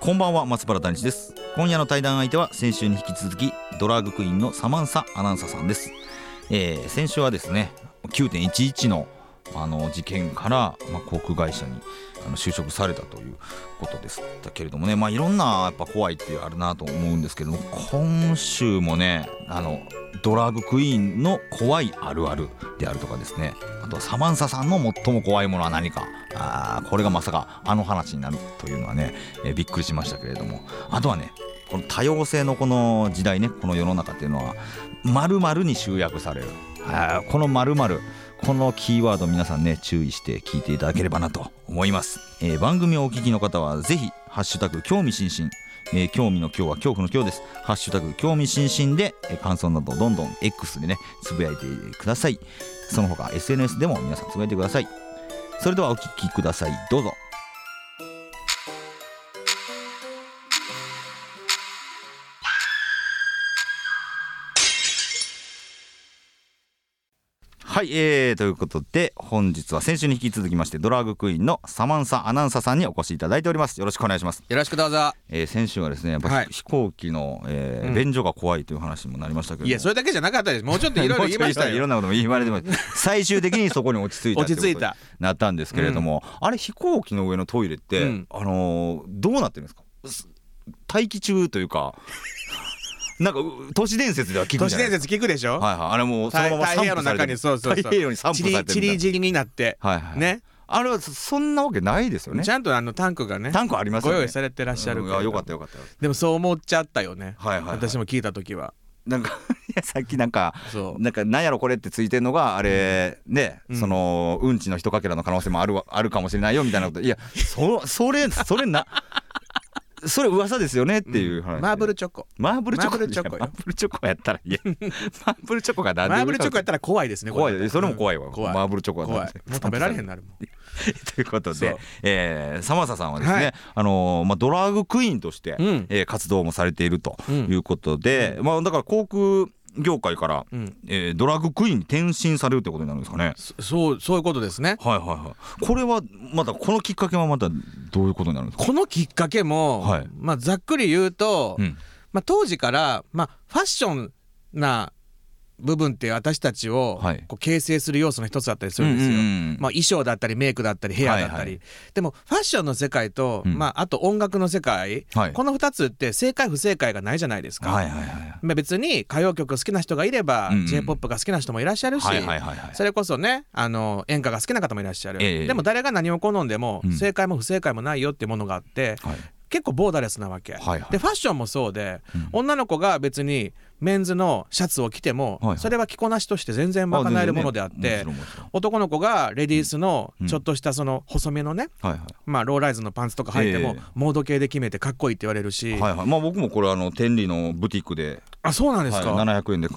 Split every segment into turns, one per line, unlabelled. こんばんは松原谷志です今夜の対談相手は先週に引き続きドラァグクイーンのサマンサアナウンサーさんです、えー先週はですね9.11のあの事件から、まあ、航空会社にあの就職されたということでしたけれどもね、まあ、いろんなやっぱ怖いってあるなと思うんですけども今週もねあのドラァグクイーンの怖いあるあるであるとかですねあとはサマンサさんの最も怖いものは何かあーこれがまさかあの話になるというのはね、えーびっくりしましたけれどもあとはねこの多様性のこの時代ねこの世の中っていうのは丸々に集約されるあーこの丸々このキーワード皆さんね注意して聞いていただければなと思います、えー番組をお聞きの方はぜひハッシュタグ興味津々」えー興味の今日は恐怖の今日です。ハッシュタグ興味津々で、えー感想などどんどん X でね、つぶやいてください。その他 SNS でも皆さんつぶやいてください。それではお聞きください。どうぞ。はい、えー、ということで本日は先週に引き続きましてドラァグクイーンのサマンサアナウンサーさんにお越しいただいておりますよろしくお願いします
よろしくどうぞ。
えー先週はですねやっぱ、
はい
飛行機の、えー
うん
便所が怖いという話にもなりましたけれども
いや、それだけじゃなかったです。もうちょっといろいろ言いまし た
いろ
よ。
んなことも言われてます 最終的にそこに落ち着いたってこと
落ち着い
に
た
なったんですけれども、あれ飛行機の上のトイレって、
うん
あのーどうなってるんですかす待機中というか なんかう都市伝説では聞く
都
じ
市
ゃない
伝
ですか
説聞くでしょ
はいはいあれもうそのまま
太太
散
平洋
布
の
され
中
て
に
る
そうそうそう
太平洋に散布
ち
され
り
てる
ち
みたい
り
な
じりになって
はいはい
ね
あれはそそんなわけないですよね
ちゃんとあのタンクがね
タンクありますよ
ご
ね
用意されてらっしゃる
う
け
ん
れ
あ
ど
よかったよかったよかっ
でもそう思っちゃったよね
たはいはい、はい、
私も聞いた時は
なんか いやさっきなんか
そう
なんかなんやろこれってついてんのがあれ、ね、
うん
そのうんちのひとかけらの可能性もあ るわあるかもしれないよみたいなこといやそそれそれ なそれ噂ですよねっていう話、
マーブルチョコ
マーブルチョコ
マーブルチョコ
い
よ
やマーブルチョコやったらいやマーブルチョコが
マ
何で
ーブルチョコやったら怖いですね
怖
こ
いそれも怖いわ、
うん怖い
マーブルチョコは
怖いもう食べられへん
な
なるもん
ということ
そ
で
う、
えー、サマサさんはですね、
はい
あのーまあ、ドラァグクイーンとして、
うん
えー活動もされていると
うん
いうことで、まあ、だから航空業界から、
うん
えードラァグクイーンに転身されるってことになるんですかね。
そそうそういうことですね
はいはいはい。これはまたこのきっかけはまたどういうことになるんですか。
このきっかけも
はい
まあざっくり言うと
うん。
まあ当時からまあファッションな部分って私たちを
はい
こう形成する要素の一つだったりするんですよまあ、衣装だったりメイクだったりヘアだったり、
はいはい
でもファッションの世界と、
うん
まあ、あと音楽の世界、
はい
この2つって正解不正解がないじゃないですか、
はいはいはい。
まあ、別に歌謡曲好きな人がいれば、
うんうん
j p o p が好きな人もいらっしゃるし、
はいはいはいはい。
それこそねあの演歌が好きな方もいらっしゃる、
ええ
でも誰が何を好んでも
うん
正解も不正解もないよっていうものがあって、
はい
結構ボーダレスなわけ、
はいはい
でファッションもそうで、
うん
女の子が別にメンズのシャツを着ても、
はいはい
それは着こなしとして全然賄えるものであって、
あ全然ねもちろんもちろん
男の子がレディースの
うん
ちょっとしたその細めのね、
はいはい。
まあ、ローライズのパンツとか履いても
ええ
モード系で決めてかっこいいって言われるし、
はいはい、まあ僕もこれあの天理のブティックで
あそうなんですか、
はい、700円で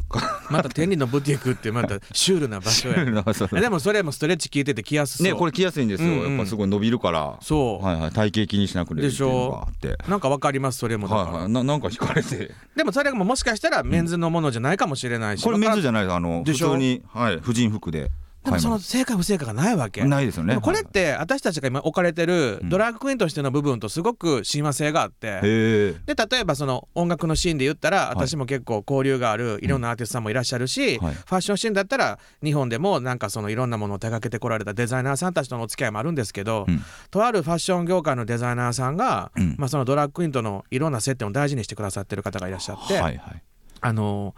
また天理のブティックってまたシュールな場 所やえでもそれもストレッチ効いてて着やすそう、
ねこれ着やすいんですよ、
うんう
や
ん
っぱすごい伸びるから、
そう、
はいはい、体型気にしなくれるっていうのがあって
なんかわかりますそれもだから、
はいはい、ななんか惹かれて
でもそれももしかしたらメンズのものじゃないかもしれないし、
これメンズ
じゃ
じゃないですあの普
でしょ
通に、はい、婦人服で
でもその正解不正解がないわけ
ないですよね
でもこれって私たちが今置かれてるドラァグクイーンとしての部分とすごく親和性があって、
へえ
で例えばその音楽のシーンで言ったら
い
私も結構交流があるいろんなアーティストさんもいらっしゃるし、
はい
ファッションシーンだったら日本でもなんかそのいろんなものを手掛けてこられたデザイナーさんたちとのお付き合いもあるんですけど、
うん
とあるファッション業界のデザイナーさんが、
うん
まあ、そのドラッグクイーンとのいろんな接点を大事にしてくださってる方がいらっしゃって、
はいはい
あの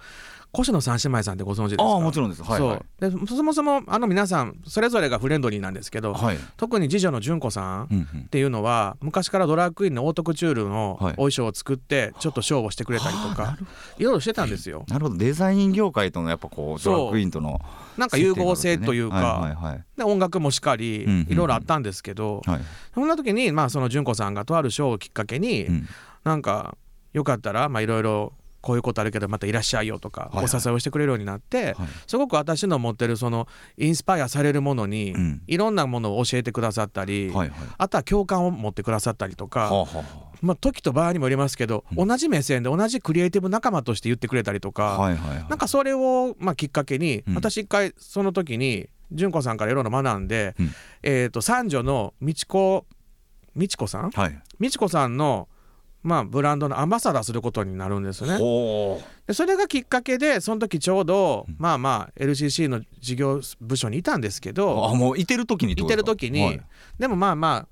越野三姉妹さんってご存知ですか
ああもちろんですはいはい
そうでそもそもあの皆さんそれぞれがフレンドリーなんですけど、
はい
特に次女の純子さん
うんう
っ
ん
ていうのは昔からドラッグインのオートクチュールの
はい
お衣装を作ってちょっとショーをしてくれたりとか、いろいろしてたんですよ。
なるほどデザイン業界とのやっぱこう
そ
ド
う
ラッグインとの
なんか融合性というか、
はいはいはい
で音楽もしかり
うんうんうん
いろいろあったんですけど、
はい
そんな時に、まあ、その純子さんがとあるショーをきっかけに、
うん
なんかよかったらまあいろいろこういうことあるけどまたいらっしゃいよとか
いはい
お支えをしてくれるようになって、
はい
すごく私の持ってるそのインスパイアされるものに
うん
いろんなものを教えてくださったり、
はいはい
あとは共感を持ってくださったりとか、
はあはあ
まあ、時と場合にもよりますけど、同じ目線で同じクリエイティブ仲間として言ってくれたりとか、
はいはいはい
なんかそれを、まあ、きっかけに、
うん
私一回その時に純子さんからいろいろ学んで、
うん
えー、と三女の美智子美智子さん
はい
美智子さんの、まあ、ブランドのアンバサダーすることになるんですね。
ほう
でそれがきっかけでその時ちょうど、まあまあ LCC の事業部署にいたんですけど
あもういてる時に
いてる時に、
はい
でもまあまあ、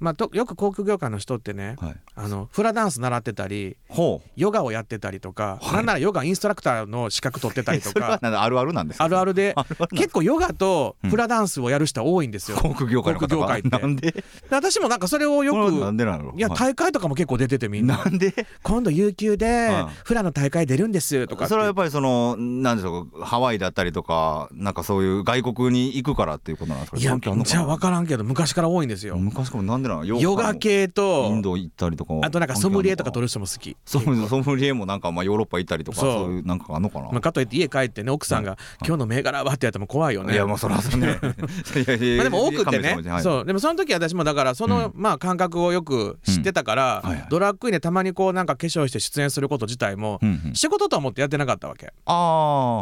まあ、とよく航空業界の人ってね、
はい
あのフラダンス習ってたり
ほう
ヨガをやってたりとか、
はい
なんならヨガインストラクターの資格取ってたり と
それは
か
なんだあるあるなんですか
あるあるで
あるあるなん
結構ヨガとフラダンスをやる人多いんですよ。
航空業界の方
航
が
空業界って
なんで
で私もなんかそれをよ
これはなん
く
でなの
いや大会とかも結構出ててみんな
なんで
今度有給で
うん
フラの大会出るんですとかって
それはやっぱりそのなんでしょうハワイだったりとかなんかそういう外国に行くからっていうことなんですか
いや
関係あんのか
じゃあ分からんけど昔から多いんです
る
よ。
昔からなんでなの
ヨガ系
イン
と
ド行ったりとか
あとなんかソムリエとか
る
取る人も好き。
ソムソムリエもなんかまあヨーロッパ行ったりとか
そう
そういうなんかあんのかな
まあ、かといって家帰ってね奥さんが「今日の銘柄は?」ってやっても怖いよね。
いやまあそらそらねいやいやいや
まあ、でも多くってね、
神様じゃない
そうでもその時私もだからその、まあ、感覚をよく知ってたから、
うんはいはい
ドラッグインでたまにこうなんか化粧して出演すること自体も、
うんうん
仕事と思ってやってなかったわけ、
あ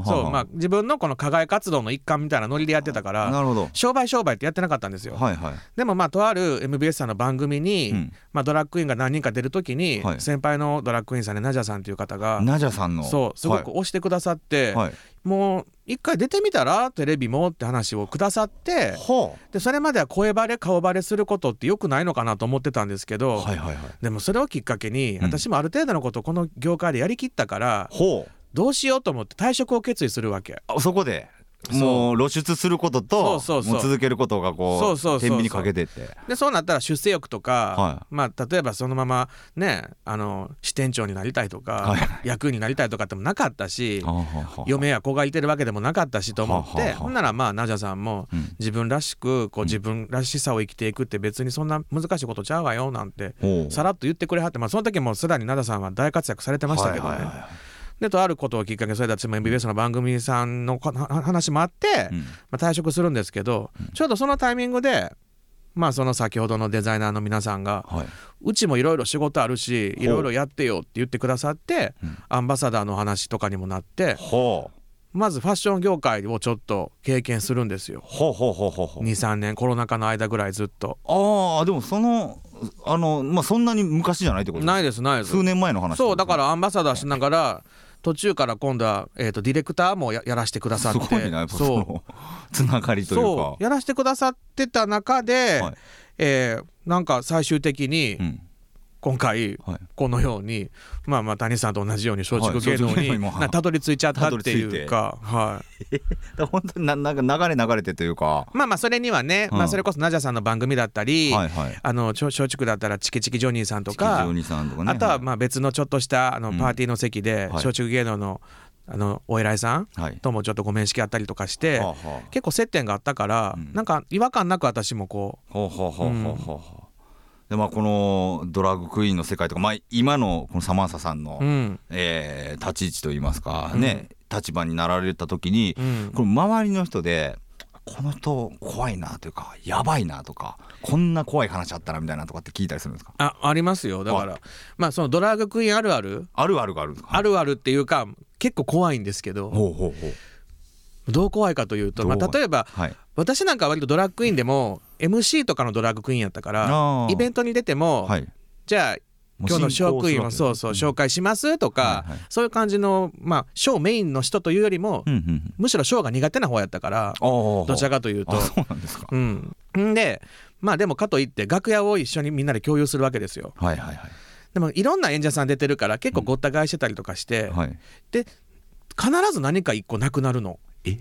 あ
そうまあ、自分のこの課外活動の一環みたいなノリでやってたから
なるほど
商売商売ってやってなかったんですよ、
はいはい
でもまあとある MBS さんの番組に、
うん
まあ、ドラッグインが何人か出る時に、
はい
先輩のドラッグインさんでナジャさんという方が
ナジャさんの
そうすごく推してくださって、
はいはい
もう一回出てみたらテレビもって話をくださって、
は
でそれまでは声バレ顔バレすることってよくないのかなと思ってたんですけ
あ
ど、
はいはいはい
でもそれをきっかけに
うん
私もある程度のことをこの業界でやりきったから、
ほう
どうしようと思って退職を決意するわけ。
あそこで
そう
もう露出することと
そうそうそう
もう続けることがこう
そうそうそうそう
天秤にかけてって
でそうなったら出世欲とか、
は
まあ、例えばそのままねあの支店長になりたいとか、
はいは
役員になりたいとかってもなかったし
はあはあはあ
嫁や子がいてるわけでもなかったしと思っ
はあは
て
あはあ
ほんならまあナジャさんも
うん
自分らしくこう自分らしさを生きていくって別にそんな難しいことちゃうわよなんて
ほう
さらっと言ってくれはって、まあ、その時もすでに奈良さんは大活躍されてましたけどね。
はいはいはいは
でとあることをきっかけにそれたちも MBS の番組さんのこは話もあって、
いうん
まあ、退職するんですけど、ちょうどそのタイミングで。まあその先ほどのデザイナーの皆さんが
はいう
ちもいろいろ仕事あるし
ほう
いろいろやってよって言ってくださって
うん
アンバサダーの話とかにもなって
ほう
まずファッション業界をちょっと経験するんですよ
ほうほうほうほうほう
23年コロナ禍の間ぐらいずっと
ああでもそのあのまあそんなに昔じゃないってこと
ないいですないです
数年前の話
そうだかららアンバサダーしながら途中から今度は、えー、とディレクターもややらせてくださっ
す
て
ごいなやっぱそ
そ
のつながり
う
というか
そうやらせてくださってた中で、
はい
えーなんか最終的に
うん
今回
はい
このように、まあまあ谷さんと同じように松
はい
竹芸能
松竹芸能に
に
も
なたどり着いちゃったっていうか、はい、
だから本当にななんか流れ流れてというか
まあまあそれにはね、
うん
まあ、それこそナジャさんの番組だったり、
はいはい
あのちょ松竹だったらチキチキジョニーさんと
築地
か
お兄さんとかね
あとはまあ別のちょっとしたあの
うん
パーティーの席で
はい
松竹芸能のあのお偉いさん
はい
ともちょっとご面識あったりとかして
はあはあ
結構接点があったから
うん
なんか違和感なく私もこ
ほうほうほうほうほうほうでまあこのドラッグクイーンの世界とか、まあ、今のこのサマンサさんの、
ううん
えー立ち位置といいますか、
うん
ね立場になられた時に
う、ん
この周りの人でこの人怖いなというかやばいなとかこんな怖い話あったなみたいなとかって聞いたりするんですか
あありますよだか
は
らまあそのドラァグクイーンあるある
あるあるがあるんですか
あるあるっていうか結構怖いんですけど
ほうほうほう
どう怖いかというとま
どう
あ
怖い
例えば
はい
私なんかは割とドラァグクイーンでも MC とかのドラァグクイーンやったからイベン
ト
トに出ても
はい
じゃあ今日の職員をそうそう
ョ
紹介しますとか、
はいはい
そういう感じのまあショーメインの人というよりも、
うんうんうん
むしろショーが苦手な方やったから
ああ
どちらかというと
あそうなんですか
うんんでまあでもかといって楽屋を一緒にみんなで共有するわけですよ
はいはいはい
でもいろんな演者さん出てるから結構ごった返してたりとかして、
はい
で必ず何か一個なくなるの
え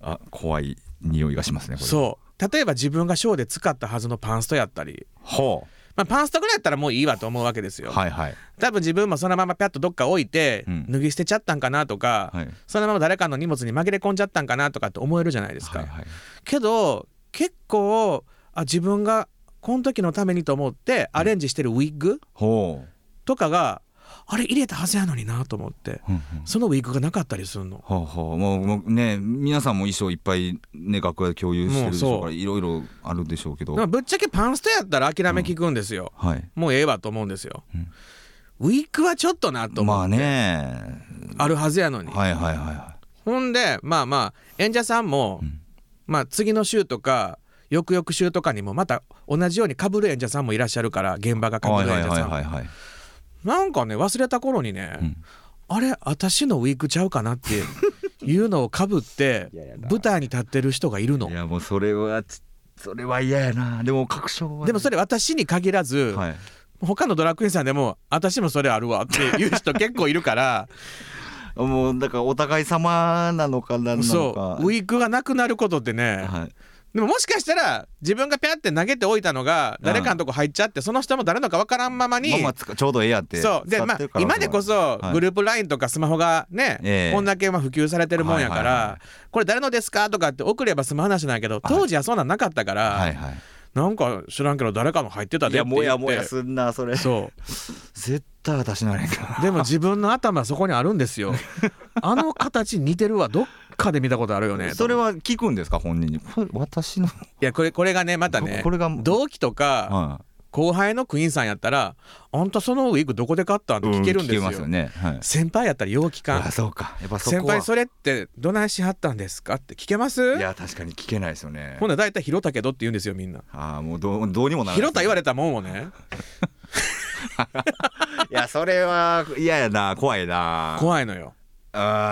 あ怖い匂いがしますねこれう
そう例えば自分がショーで使ったはずのパンストやったり、
ほ
まあ、パンストぐらいやったらもういいわと思うわけです
う
よ、
はいはい
多分自分もそのままピャッとどっか置いて
うん
脱ぎ捨てちゃったんかなとか、
はい
そのまま誰かの荷物に紛れ込んじゃったんかなとかって思えるじゃないですか、
はいはい
けど結構あ自分がこの時のためにと思ってアレンジしてるウィッグ
ほ
とかがあれ入れたはずやのになと思って
う、うんうん
そのウィッグがなかったりするの。
ほうほうもうもうね皆さんも衣装いっぱいね楽屋で共有してるでしょうからいろいろあるでしょうけど
でもぶっちゃけパンストやったら諦めきくんですよ、
はい
もうええわと思うんですよ、
うん
ウィッグはちょっとなと思う、
まあね
あるはずやのに、
はいはいはいは
ほんでまあまあ演者さんも、
うん
まあ次の週とか翌々週とかにもまた同じようにかぶる演者さんもいらっしゃるから現場が
い
か
はい
ぶる
は
演
い
者
はい
さんも
はいはい
なんかね忘れた頃にね、
うん
あれ私のウィークちゃうかなっていうのをかぶって 舞台に立ってる人がいるの
いやもうそれはちそれは嫌やなでも確証はね
でもそれ私に限らず、
はい
他のドラッグクイーンさんでも私もそれあるわっていう人結構いるから
もうだからお互い様なのか なんなのか
そうウィークがなくなることってね、
はい
でももしかしたら自分がピャって投げておいたのが誰かのとこ入っちゃって、その人も誰のかわからんままに、
まあまあつかちょうどええやって
そうで、
使
ま
っ
あ
てるか、ら
今でこそ
はい
グループ LINE とかスマホがね、
ええ
こんだけまあ普及されてるもんやから、
はいはいは
これ誰のですかとかって送れば済む話なんやけど当時はそんなんなかったから、
はいはい
なんか知らんけど誰かの入ってた
い
で
や
って言っ
も
て
やもやすんなそれ
そ
絶対私なれんから
うでも自分の頭そこにあるんです よあの形似てるわどっかで見たことあるよ ね
それ
い
は聞くんですか本人にこれ私の
やこれこれがねまたね
ここれが
同期とか
は
後輩のクイーンさんやったら「あんたそのウィークどこで買ったん?」っ
い
て聞けるんですよ,、
聞けますよねはい
先輩やったらよう聞かん
あそうかやっぱそこ
先
は
輩それってどないしはったんですかって聞けます
いや確かに聞けないですよね
ほんなら大体「ひろたけど」って言うんですよみんな。
ああもうどうどうにもなら
ひ
ない
ろた言われたもんをね
いやそれは嫌やな怖いな
怖いのよ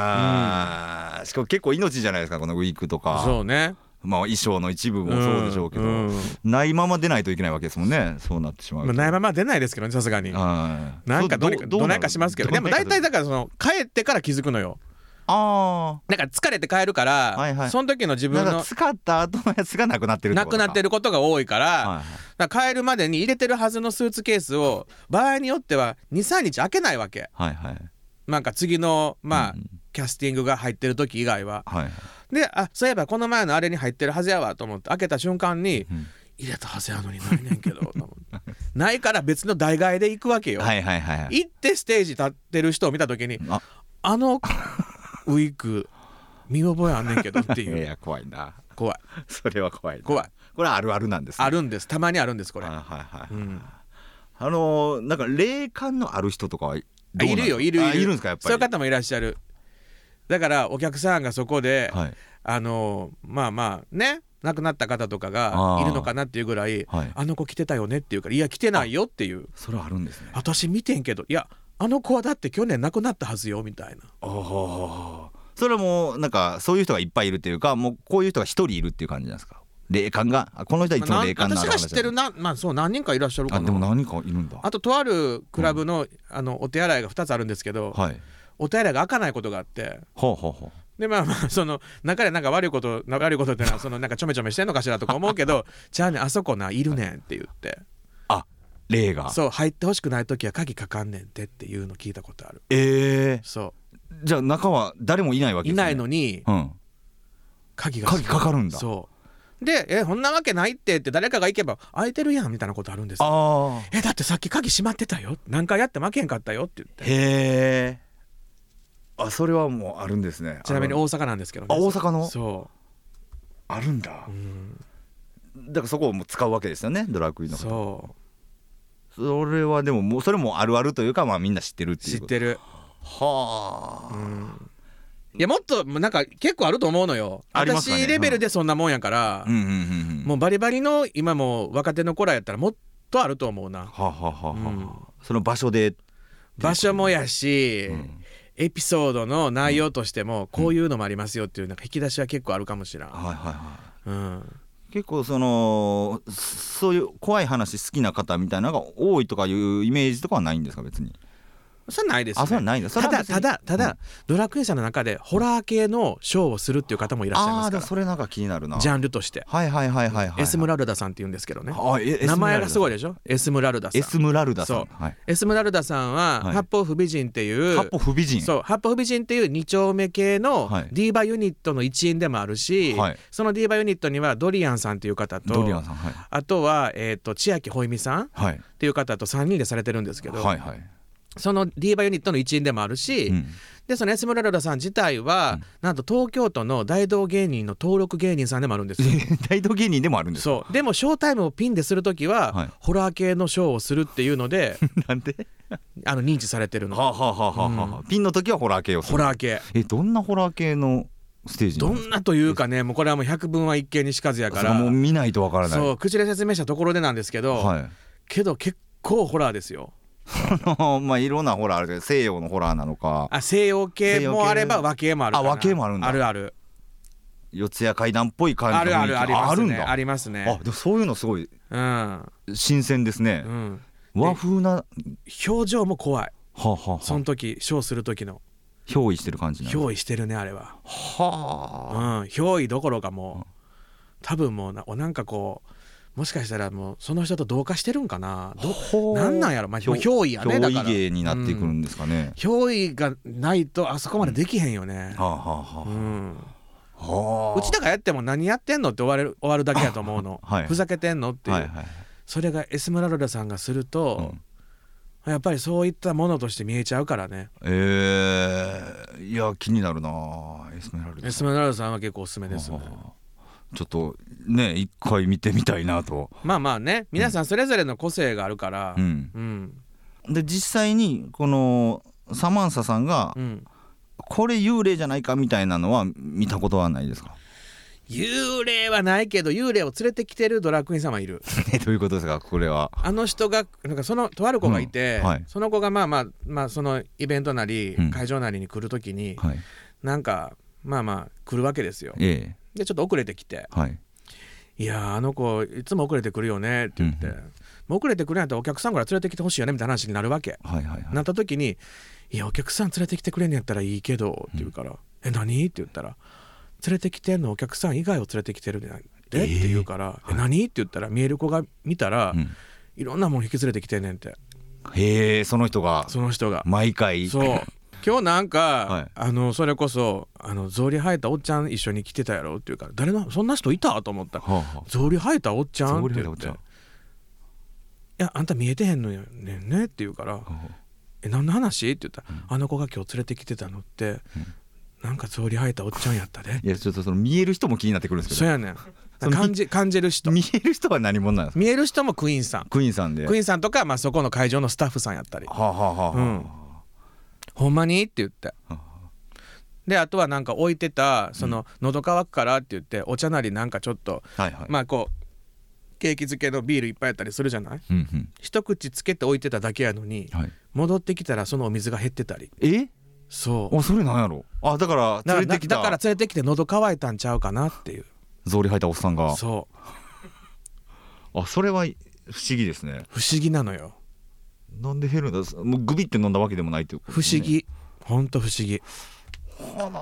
あー、しかも結構命じゃないですかこのウィークとか
そうね
まあ衣装の一部もそうでしょうけど、
んん
ないまま出ないといけないわけですもんねそうなってしまう
まあ
と
ないまま出ないですけどねさすがに
はい
なんかどうに
そ
か
う
どうなんかしますけど
うな
で
る
も大体だからその帰ってから気づくのよ
あ
だから疲れて帰るから、
はいはい
その時の自
あな
分
んか
の
使った後のやつがなくなってるって
な
こと
く
か
なって
る
ることが多いから,、
はい
だから帰るまでに入れてるはずのスーツケースを場合によっては23日開けないわけ
はいはい
なんか次のまあ、
うん
キャスティングが入ってる時以外は
はいはい
であそういえばこの前のあれに入ってるはずやわと思って開けた瞬間に
うん
入れたはずやのにないねんけどと思ってないから別の代替えで行くわけよ、
はいはいはいはい
行ってステージ立ってる人を見た時に
あ
あのウィーク見覚えあんねんけどって
い
い
や いうや怖いな
怖い
それは怖いな
怖い
これはあるあるなんですね
あるんですたまにあるんですこれ
はいはいはい、
うん
あのーなんか霊感のある人とかはい
あいるよいるい
い
る
るんですかやっぱ
そうい
り
う方もいらっしゃるだからお客さんがそこで、
はい
あのまあまあね亡くなった方とか
あ
が
ー
いるのかなっていうぐらいあ,、
はい
の子来てたよねっていうからいや来てないよっていう
それはあるんですね
私見てんけどいやあの子はだって去年亡くなったはずよみたいな
おおそれはもうなんかそういう人がいっぱいいるっていうかもうこういう人が一人いるっていう感じなんですか霊感があこの人はいつ
ま
も
あな
霊
ん
感のあ
私
る
が知ってる
話
な、まあ、そう何人かいらっしゃる
だ
か
あでも
な
何かいるんだ
あととあるクラブの,、あのお手洗いが2つあるんですけど、
はい
お手洗いが開かないことがあって
ほうほうほう
でまあまあその中でなんか悪いことな悪いことってのはそのなんかちょめちょめしてんのかしらとか思うけど「じゃあねあそこないるねん」って言って
あ霊が
そう入ってほしくない時は鍵かかんねんてっていうの聞いたことある
ええ
そ
じゃあ中は誰もいないわ
う
けです、
い
ね、
ないのに
うん
鍵が
鍵かかるんだ
そうで「えこんなわけないって」って誰かが行けば「開いてるやん」みたいなことあるんですよ
あ
えだってさっき鍵閉まってたよ何回やっても開けへんかったよって言っ
あ
て
へえあそれはもうあるんですね
ちなみに
あの
大阪なんですけどね
あ大阪の
そ
あるんだ
う、うん、
だからそこをもう使うわけですよねドラクイの方
そ
それはでももうそれもあるあるというかまあみんな知ってるっ
う
てい
知
う
っ
こと
てる
はあ、
うんいやもっとなんか結構あると思うのよ
ありますかね
私レベルでそんなもんやから、
うんうんうんうん
もうバリバリの今も若手の頃やったらもっとあると思うな
はあ、はあはあはあ
うん
その場所で、
場所もやし、
うん
エピソードの内容としてもこういうのもありますよっていうなんか引き出しは結構あるかもしれん、
はいはいは
うん、
い結構そのそそういう怖い話好きな方みたいなのが多いとかいうイメージとかはないんですか別に
それはないです、ね、
あそれはないんだそれ
た
は
だ
別
た
に
だた
う
だ
ん、
ドラクエ社の中でホラー系のショーをするっていう方もいらっしゃい
あ
ま
あ
す
ーで
か
もそれなんか気になるな
らジャンルとして、
はいはいはいはいはい
エスムラルダさんって言うんですけどね
あえエスムラルダ
名前がすごいでしょエスムラルダさ
エ
ん
スムラルダさん
そう
はい
エスムラルダさんは
はい
八方不美人っていう、
八方不美人
そう八方不美人っていう2丁目系の
はい
ディーバユニットの一員でもあるし、
はい
そのディーバユニットにはドリアンさんっていう方と
ドリアンさんはい
あとは、えー、と千秋ほいみさんっ
はい
ていう方と3人でされてるんですけど、
はいはい
そのディーバユニットの一員でもあるし、
うん
でその安村ララさん自体は、なんと東京都の大道芸人の登録芸人さんでもあるんですよ。
大道芸人でもあるんですか
そうでもショータイムをピンでする時は、
はい
ホラー系のショーをするっていうので
なんで
あの認知されてる
は
の
あはあはあはあはあピンの時はホラー系をする
ホラー系。
えどんなホラー系のステージ
ど
なんです
んなというかねもうこれはもう百聞は一見にしかずやか
それは
ら
もう見ないとわからない
そう口で説明したところでなんですけど、
はい
けど結構ホラーですよ
まあいろんなホラーあるけど西洋のホラーなのか
あ西洋系もあれば和系もあるからな
あ和系もあるんだ
あるある
四谷怪談っぽい感
あ
じ
る
の
あ
雰囲気
るありますね
あるんだ
ありますね
あでもそういうのすごい
うん、
新鮮ですね
う、ん、
和風なは
表情も怖い
あ、はあはあ、
その時ショーする時の
憑依してる感じなの
憑依してるねあれは、うん、
はあ
憑依どころかもう多分もうなおなんかこうもしかしたらもうその人と同化してるんかなど
ほう
なんなんやろまあ
憑
憑依やねだから
憑依芸になってくるんですかね、
憑依がないとあそこまでできへんよね、
はあはあは
うん、
あはあ
うちだからやっても何やってんのって終わる終わるだけやと思うの、
はい
ふざけてんのっていう、
はいはい
それがエスムラルダさんがすると、
うん
やっぱりそういったものとして見えちゃうからね
えー、いや気になるなエスメラルダ
エスムラルダさんは結構おすすめです、ね
は、あはあちょっとね一回見てみたいなと、
まあまあね皆さんそれぞれの個性があるから
う、ん、
うん
で実際にこのサマンサさんが
うん、
これ幽霊じゃないかみたいなのは見たことはないですか
幽霊はないけど幽霊を連れてきてるドラッグイン様いる
えどういうことですかこれは
あの人がなんかそのとある子がいて、
うんはい
その子がまあまあまあそのイベントなり
うん
会場なりに来る時に、
はい
なんかまあまあ来るわけですよ
え
でちょっと遅れてきて
えはい
「いやーあの子いつも遅れてくるよね」って言って、
うん
もう遅れてくれないとお客さんから連れてきてほしいよねみたいな話になるわけ、
はいはいは
なった時に「いやお客さん連れてきてくれんのやったらいいけど」って言うから「え何?」って言ったら「連れてきてんのお客さん以外を連れてきてるんで」って言うから「え何?」って言ったら見える子が見たら、
い、うん、
いろんなもん引き連れてきてんねんって
へえその人が
その人が。
毎回
そう今日なんか、
はい
あのそれこそあの草履生えたおっちゃん一緒に来てたやろっていうから誰のそんな人いたと思ったら
はあは
草履生えたおっちゃ
あ
んっ
ゾ
て
リ
言
おっ
っ
てち
「い
ゃん
やあんた見えてへんのよねんね」って言うから「え何の話?」って言ったら「あの子が今日連れてきてたのって、なんか草履生えたおっちゃんやったで
いやちょっとその見える人も気になってくるんです
そ
け
うやねん
その
感じ感じる人
ど見える人は何者なんですか
見える人もクイーンさん
クイーンさんで
クイーンさんとか、まあ、そこの会場のスタッフさんやったり
はあはあはあ、
うん「ほんまに?」って言ってであとはなんか置いてたその喉乾くからって言ってお茶なりなんかちょっと
はいはい、
まあこうケーキ漬けのビールいっぱいあったりするじゃない
うんうん
一口つけて置いてただけやのに
はい、
戻ってきたらそのお水が減ってたり
え
そう
あそれなんやろあだから
だ
連
か
れ
ら
てきた
だから連れてきて喉乾いたんちゃうかなっていう
草履履いたおっさんが
そう
あそれは不思議ですね
不思議なのよ
なんで減るんだもうグビって飲んだわけでもないってこと
不
ですね
思議ほんと不思議
あら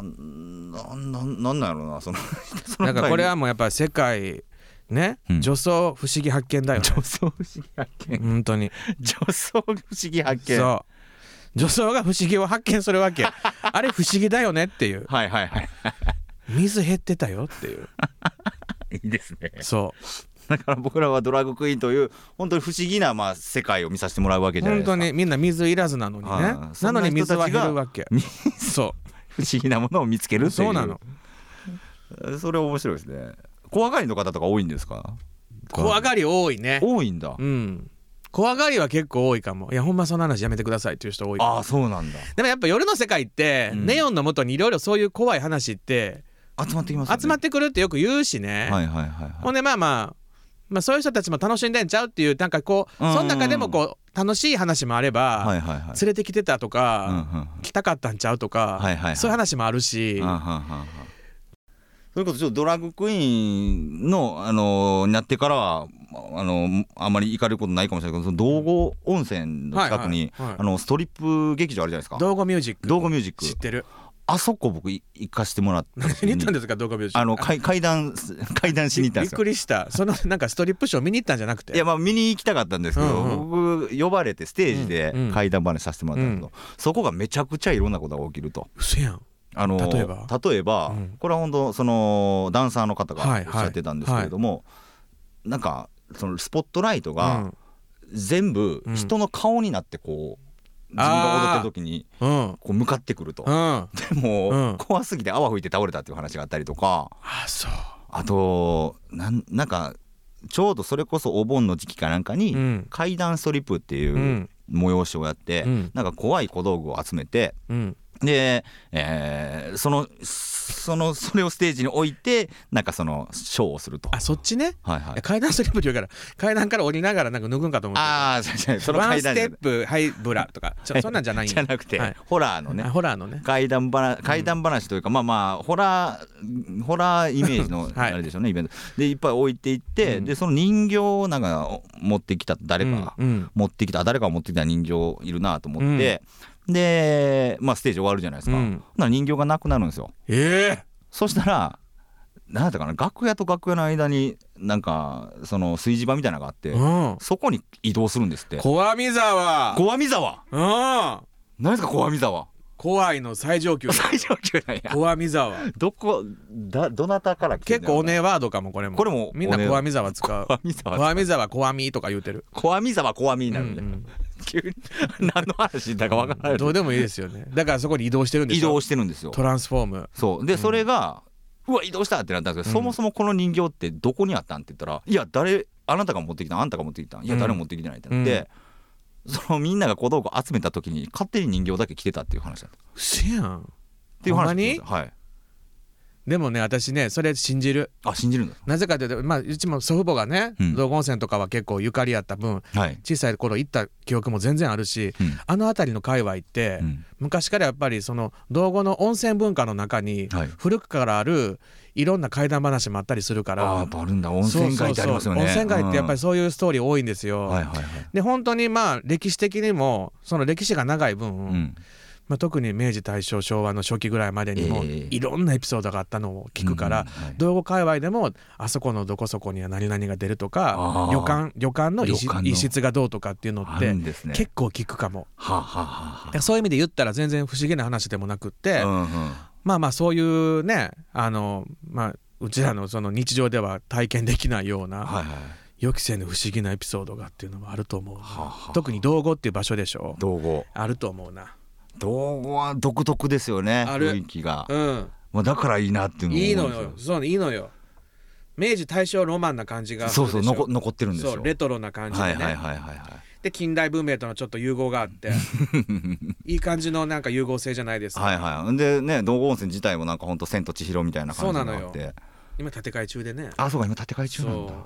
なんなんなんなんやろ うなそのその
だからこれは
前に
もうやっぱ世界ね
うん
女装不思議発見だよね
女装不思議発見
本当に
女装不思議発見
そう女装が不思議を発見する わけあれ不思議だよねっていう
はいはいはい
水減ってたよっていう
いいですね
そ
だから僕らはドラッグクイーンという本当に不思議なまあ世界を見させてもらうわけ
う
じゃないで
本
すか
当にみんな水いらずなのにね
ああそ
なんの
な
に
人
水
た
は
ちが
減るわけそ
不思議なものを見つけるっ
う
ていう
そうなの
それ面白いですね怖がりの方とか多いんですか
怖がり多いね
多いんだ、
うん怖がりは結構多いかもいやほんまそんな話やめてくださいっていう人多い
ああそうなんだ
でもやっぱ夜の世界って、
うん
ネオンのもとにいろいろそういう怖い話って
集まってきますよね
集まってくるってよく言うしね、
はいはいはいは
ほんでまあまあまあそういう人たちも楽しんでんちゃうっていうなんかこう
うん
その中でもこう楽しい話もあれば、
いはいはいはい
連れてきてたと
うんうん
か、
うん
来たかったんちゃうとか、
はいはいはい
そういう話もあるし、
あはははそれこそちょっとドラッグクイーンの、あのーになってからはあのあんまり行かれることないかもしれないけどその道後温泉の近くに、
はいはいはい
あのストリップ劇場あるじゃないですか
動画ミュージック
道後ミュージック
知っ てる
あそこ僕い行かしてもらった
何
時
に行ったんですか動画ミュージック
あの階階段階段しに行ったんで
びっ
す よ
くりしたそのなんかストリップショー見に行ったんじゃなくて
いやまあ見に行きたかったんですけど、
うん
僕呼ばれてステージで
うんうん
階段話させてもらったんですけど、そこがめちゃくちゃいろんなことが起きると。
嘘やん
あの
例えば
例えば
うん
これは本当そのダンサーの方が
はい
おっしゃってたんですけれども、なんかそのスポットライトが全部
うん
人の顔になってこう、自分が踊ってる時に
うんうん
こう向かってくると
う、んあ
でも、
うん
怖すぎて泡吹いて倒れたっていう話があったりとか
そう
あとなんなんかちょうどそれこそお盆の時期かなんかに、
うん
階段ストリップっていううん催しをやって、
うん
なんか怖い小道具を集めて
うん
で、えーそのそのそれをステージに置いてなんかそのショーをすると。
あそっちね
はいはい
いや、階段ストリップって言うから階段から降りながらなんか脱ぐんかと思って
ああ違う違うその
ワン
階
ス
段
テップはいブラとかちょそんなんじゃないん
じゃなくて、
はい
ホラーのね
あホラーのね
怪談話怪談話というか、まあまあホラーホラーイメージの
はい
あれでしょうね、イベントでいっぱい置いていって、
うん
でその人形をなんか持ってきた誰かが、
うんうん
持ってきたあ誰かが持ってきた人形いるなと思って、で、まあ、ステージ終わるじゃないですか、
うん
なら人形がなくなるんですよ
ええ
そしたら何だったかな楽屋と楽屋の間になんかその炊事場みたいなのがあって、
うん
そこに移動するんですって
小網沢
小網沢
うん
何ですか小網沢
怖いの最上級
最上級なんや
小網沢
どこだどなたから来てん
結
だろ
構
う
お
な
ねえワードかもこれも
これも
みんな
おねえ
小網沢使う
小網沢
小網沢小網とか言うてる
小網沢小網になるんで、
うんうん
急に何の話だか分からない、
どうでもいいですよねだからそこに移動してるんで
移
しょ
動してるんですよ
トランスフォーム
そうでそれが、うわ移動したってなったんですけど、
うん
そもそもこの人形ってどこにあったんって言ったら「いや誰あなたが持ってきたんあんたが持ってきたんいや
うん
誰も持ってきてない」ってなって、そのみんなが小道具集めた時に勝手に人形だけ着てたっていう話だったっ
うせやん
ていう話
ほんまに
聞きましたはい
でもね私ねそれ信じる
あ信じるんだ
なぜかというとまあうちも祖父母がね
うん
道後温泉とかは結構ゆかりあった分
はい、
小さい頃行った記憶も全然あるし
うん
あの辺りの界隈って
うん
昔からやっぱりその道後の温泉文化の中に
はい
古くからあるいろんな怪談話もあったりするか
ああ
ら
やっぱあるんだ温泉街ってありますよね
そうそうそう温泉街ってやっぱり
り、
そういうストーリー多いんです
う
よ、
んはいはいはい、
で本当にまあ歴史的にもその歴史が長い分、
うん、
まあ、特に明治大正昭和の初期ぐらいまでにも
ええ
いろんなエピソードがあったのを聞くから、
うんはい
道後界隈でもあそこのどこそこには何々が出るとか
あー
旅館旅館の一
旅館の
一室がどうとかっていうのっ
あ
て
るんですね
結構聞くかも。
はあ、はあ
だからそういう意味で言ったら全然不思議な話でもなくって、
はあ、うんうん
まあまあそういうねあのまあうちらのその日常では体験できないような、
はいはい
予期せぬ不思議なエピソードがっていうのもあると思うな、
はあはあ
特に道後っていう場所でしょ
道後
あると思うな
道後は独特ですよね
ある
雰囲気が、
うん
まあ、だからいいなっていうのも
いいの
思うん
よ
です
そういいのよ明治大正ロマンな感じが
そうそう
するでしょ
残残ってるんですよ
そうレトロな感じで
はい
ね、
はいはいはいはい
で近代文明とのちょっと融合があって いい感じのなんか融合性じゃないですか、
はいはいでね道後温泉自体もなんかほんと千と千尋みたいな感じに
そうな
な
の
っ
よ
て
今建て替え中でね
あそうか今建て替え中なんだ
そ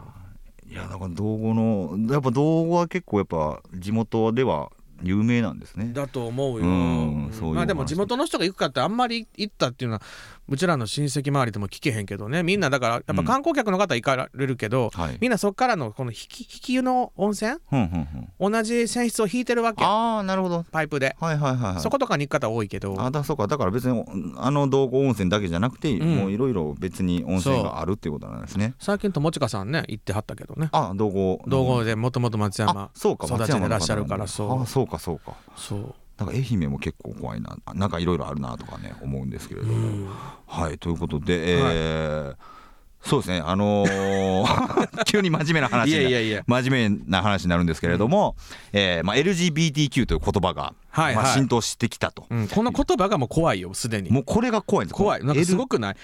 いやだから道後のやっぱ道後は結構やっぱ地元では有名なんですね
だと思うよ、
うんそういう
まあでも
話
地元の人が行くかってあんまり行ったっていうのはうちらの親戚周りでも聞けへんけどねみんなだからやっぱ観光客の方行かれるけど、
はい
みんなそっからのこの引き引き湯の温泉
ふんふんふん
同じ泉質を引いてるわけ
ああなるほど
パイプで、
はいはいはいはい
そことかに行く方多いけど
あだそうかだから別にあの道後温泉だけじゃなくて、
ん
もういろいろ別に温泉があるっていうことなんですね
最近友近さんね行ってはったけどね
あ道後
道後でもともと松山
あそうか
育ちでいらっしゃるから
松山の方なんだあ
そ
そうかそうか
うそう
なんか愛媛も結構怖いななんかいろいろあるなとかね思うんですけれども、はいということで、えーそうですねあの ー急に真面目な話にない
やいやいや
真面目な話になるんですけれども、えーまあ、LGBTQ という言葉が、
はい
まあ、
はい
浸透してきたと、
うん、この言葉がもう怖いよすでに
もうこれが怖いんです
怖いなんかすご
く
くない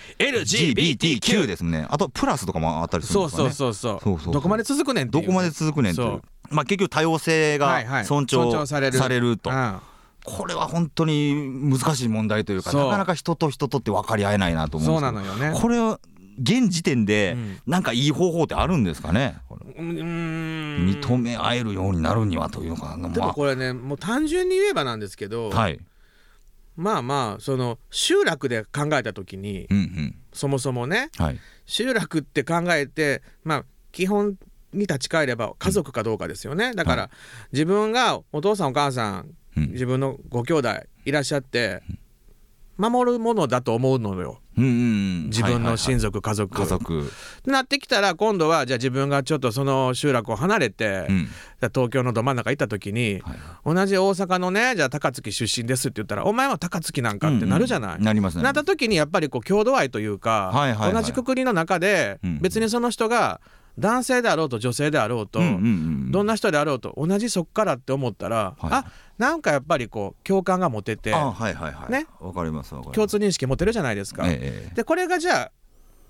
LGBTQ ですもんねあとプラスとかもあったりするん
そう
ですか
そう
ね
そうそ
そ
う
うそうそう
どこまで続くねんってい
ど
う
こまで続くねんという
そう
まあ、結局多様性
はいは
が
い
尊重,、
尊重される
と、
うん
これは本当に難しい問題というか
そう
なかなか人と人とって分かり合えないなと思うん
そ
で
う
すけ
な
ど
のよね
これを現時点で
うん
なんかいい方法ってあるんですかね、
うんうーん
認め合えるようになるにはというか、
でも
ま
これねもう単純に言えばなんですけど、
あ、はい、
まあまあその集落で考えた時に
うんうん
そもそもね
はい、
集落って考えてまあ基本に立ち返れば家族かどうかですよねだから、
は
自分がお父さんお母さん
うん
自分のご兄弟いらっしゃって守るものだと思うのよ
うんうん
自分の親
族
族家族
家族
なってきたら今度はじゃあ自分がちょっとその集落を離れて、
うん
東京のど真ん中行った時に、
はいは
同じ大阪のねじゃあ高槻出身ですって言ったら「お前は高槻なんか」ってなるじゃない。
うんうんなりますね
なった時にやっぱりこう郷土愛というか、
はいはいはい
同じくくりの中で、
うん
別にその人が男性であろうと女性であろうと、
うんうんうん
どんな人であろうと同じそっからって思ったら、
はい
あなんかやっぱりこう共感が持てて
あはいはいはい
ね
わかりますわかります
共通認識持てるじゃないですか。
ええ
でこれがじゃあ